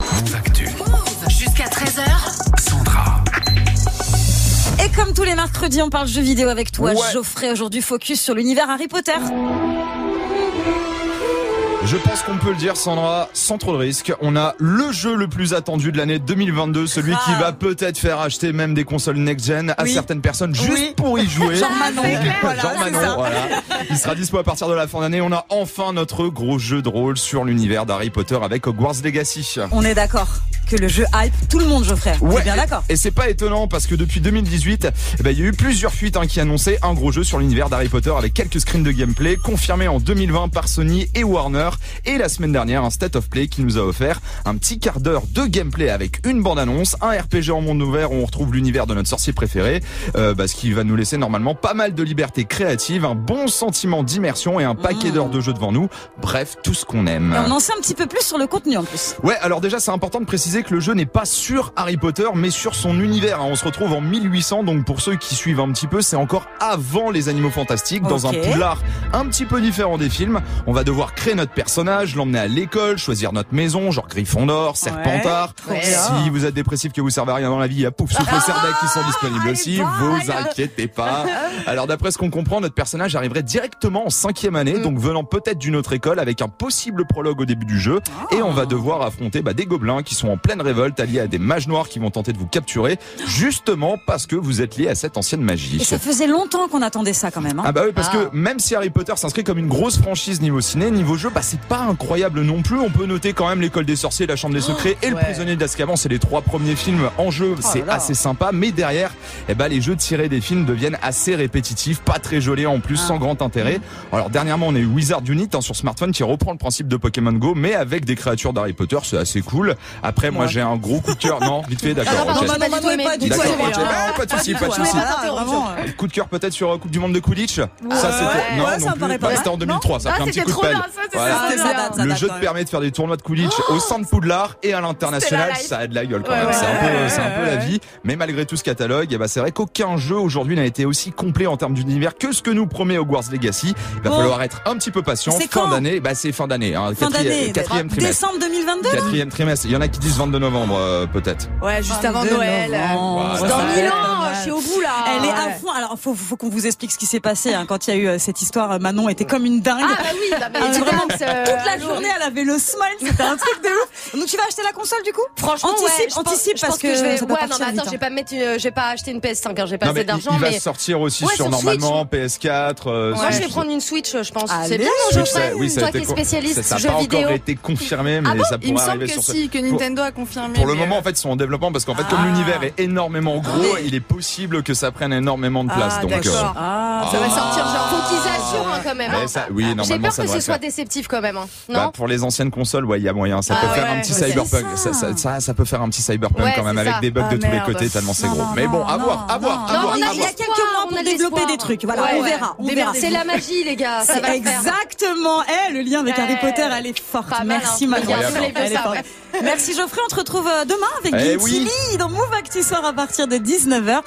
Move Actu. Jusqu'à 13h, Sandra. Et comme tous les mercredis, on parle jeux vidéo avec toi, Ouais. Geoffrey. Aujourd'hui, focus sur l'univers Harry Potter. Je pense qu'on peut le dire, Sandra, sans trop de risque. On a le jeu le plus attendu de l'année 2022, celui qui Ah. va peut-être faire acheter même des consoles next-gen à Oui. certaines personnes juste Oui. pour y jouer. Jean Manon. C'est clair, voilà, Jean c'est Manon, ça. voilà. Il sera dispo à partir de la fin d'année. On a enfin notre gros jeu de rôle sur l'univers d'Harry Potter avec Hogwarts Legacy. On est d'accord que le jeu hype tout le monde, Geoffrey. On est bien d'accord. Et c'est pas étonnant parce que depuis 2018, eh ben, il y a eu plusieurs fuites hein, qui annonçaient un gros jeu sur l'univers d'Harry Potter avec quelques screens de gameplay confirmés en 2020 par Sony et Warner. Et la semaine dernière, un State of Play qui nous a offert un petit quart d'heure de gameplay avec une bande-annonce, un RPG en monde ouvert où on retrouve l'univers de notre sorcier préféré, euh, bah, ce qui va nous laisser normalement pas mal de liberté créative, un bon sentiment d'immersion et un paquet d'heures de jeu devant nous. Bref, tout ce qu'on aime. Mmh. Et on en sait un petit peu plus sur le contenu en plus. Ouais, alors déjà c'est important de préciser que le jeu n'est pas sur Harry Potter, mais sur son univers. hein. On se retrouve en 1800, donc pour ceux qui suivent un petit peu, c'est encore avant les Animaux Fantastiques, dans Ok. un poulard un petit peu différent des films. On va devoir créer notre personnage, l'emmener à l'école, choisir notre maison, genre Gryffondor, Serpentard. trop bien. Ah, Si vous êtes dépressif que vous servez à rien dans la vie, il y a Pouf Souffle et Cerdac qui sont disponibles allez, aussi. bon, Vous alors. inquiétez pas. Alors d'après ce qu'on comprend, notre personnage arriverait directement en cinquième année, Mm. donc venant peut-être d'une autre école avec un possible prologue au début du jeu. Ah. Et on va devoir affronter bah, des gobelins qui sont en pleine révolte, alliés à des mages noirs qui vont tenter de vous capturer, justement parce que vous êtes liés à cette ancienne magie. Et ça faisait longtemps qu'on attendait ça quand même. hein. Ah bah oui parce que même si Harry Potter s'inscrit comme une grosse franchise niveau ciné, niveau jeu, bah c'est pas incroyable non plus. On peut noter quand même l'école des sorciers, la chambre des Oh, secrets et le prisonnier d'Azkaban, c'est les trois premiers films en jeu, c'est assez sympa, mais derrière, eh ben les jeux tirés des films deviennent assez répétitifs, pas très jolis en Ah. plus, sans grand intérêt. Mm. Alors dernièrement, on a eu Wizard Unit hein, sur smartphone qui reprend le principe de Pokémon Go, mais avec des créatures d'Harry Potter, c'est assez cool. Après, moi, Ouais. j'ai un gros coup de cœur, non, vite fait, d'accord. Ah, ok. pardon, Non, non, j'ai pas non, du tout non, aimé, pas du du tout tout D'accord, aimé, aimé, ok. hein. Bah, pas de souci, pas de Ouais, souci. voilà, vraiment, euh, Coup de cœur peut-être sur euh, Coupe du Monde de Quidditch Ça c'était ouais, non, ouais, non ça me plus. paraît pas Bah, mal. c'était en 2003, ça a Ah, pris un petit c'était coup de trop pelle. bien, ça, c'est Voilà. ça, Ah, c'est ça date, ça Le date jeu quand te même. Oh permet de faire des tournois de Quidditch au centre Poudlard et à l'international, C'était la life. ça a de la gueule quand Ouais, même. ouais, c'est un peu, ouais, c'est un peu la ouais, ouais. vie. Mais malgré tout ce catalogue, eh ben, c'est vrai qu'aucun jeu aujourd'hui n'a été aussi complet en termes d'univers que ce que nous promet Hogwarts Legacy. Il va Bon. falloir être un petit peu patient. C'est Fin quand d'année, bah, c'est fin d'année, hein, Fin quatrième- d'année. quatrième trimestre. Décembre 2022. Quatrième trimestre. Il y en a qui disent 22 novembre, euh, peut-être. Ouais, juste avant 22 Noël. novembre. Voilà. Dans Ouais, mille ans, je suis au bout là. Elle est à Ouais. fond. Alors, faut, faut qu'on vous explique ce qui s'est passé hein. quand il y a eu euh, cette histoire. euh, Manon était comme une dingue. Ah bah oui, bah, mais Ah, tu vraiment, danses, euh, Toute la journée, elle avait le smile. C'était un truc de ouf. Donc, tu vas acheter la console du coup Franchement, anticipe, Oh, ouais, je pense- anticipe je parce pense que, je vais. ça peut ouais, non, partir mais vite, attends, hein. je vais pas mettre, une- je vais pas acheter une PS5, hein, j'ai pas Bah, Non, assez mais il- d'argent, il va mais. sortir aussi Ouais, sur sur Switch. normalement PS4. euh, Moi, je sur- vais prendre une Switch, je pense. Allez. C'est bien, non, Switch, Geoffrey ça- oui, ça a Toi été qui es con- spécialiste ça n'a jeux pas vidéo. encore été confirmé, mais Ah bon ça Il me pourrait semble arriver que sur ce- si, que Nintendo a confirmé. Pour le mais, moment, euh, en fait, ils sont en développement parce qu'en fait, Ah. comme l'univers est énormément gros, il est possible que ça prenne énormément de place. Ah, donc, euh, d'accord. Ah, Ça va sortir genre. Faut qu'ils assurent hein, quand même. Ouais, hein. ça- oui, J'ai normalement, peur ça que ce devrait soit faire. déceptif quand même. hein. Bah, Non pour les anciennes consoles, ouais, il y a moyen. Ça Ah peut faire ouais, un petit ouais, cyberpunk. c'est Ça, ça. ça, ça- ça peut faire un petit cyberpunk Ouais, quand même c'est avec ça. des bugs Ah, de tous les merde. côtés tellement c'est Non, gros. non, Mais bon, à non, voir, à non, voir, à non, voir. on à a- voir. ah il y a quelques mois pour on a de développer l'espoir. des trucs. Voilà, Ouais, on ouais. verra. On verra. Démerdez-vous. C'est la magie, les gars. Ça va C'est le faire. exactement. Eh, le lien avec Ouais. Harry Potter, elle est forte. Pas mal, Merci hein. Manon. Incroyable. Elle est Elle est forte. Merci Geoffrey. On te retrouve euh, demain avec Eh Guilty oui. Lee dans Move Actu Soir à partir de 19h.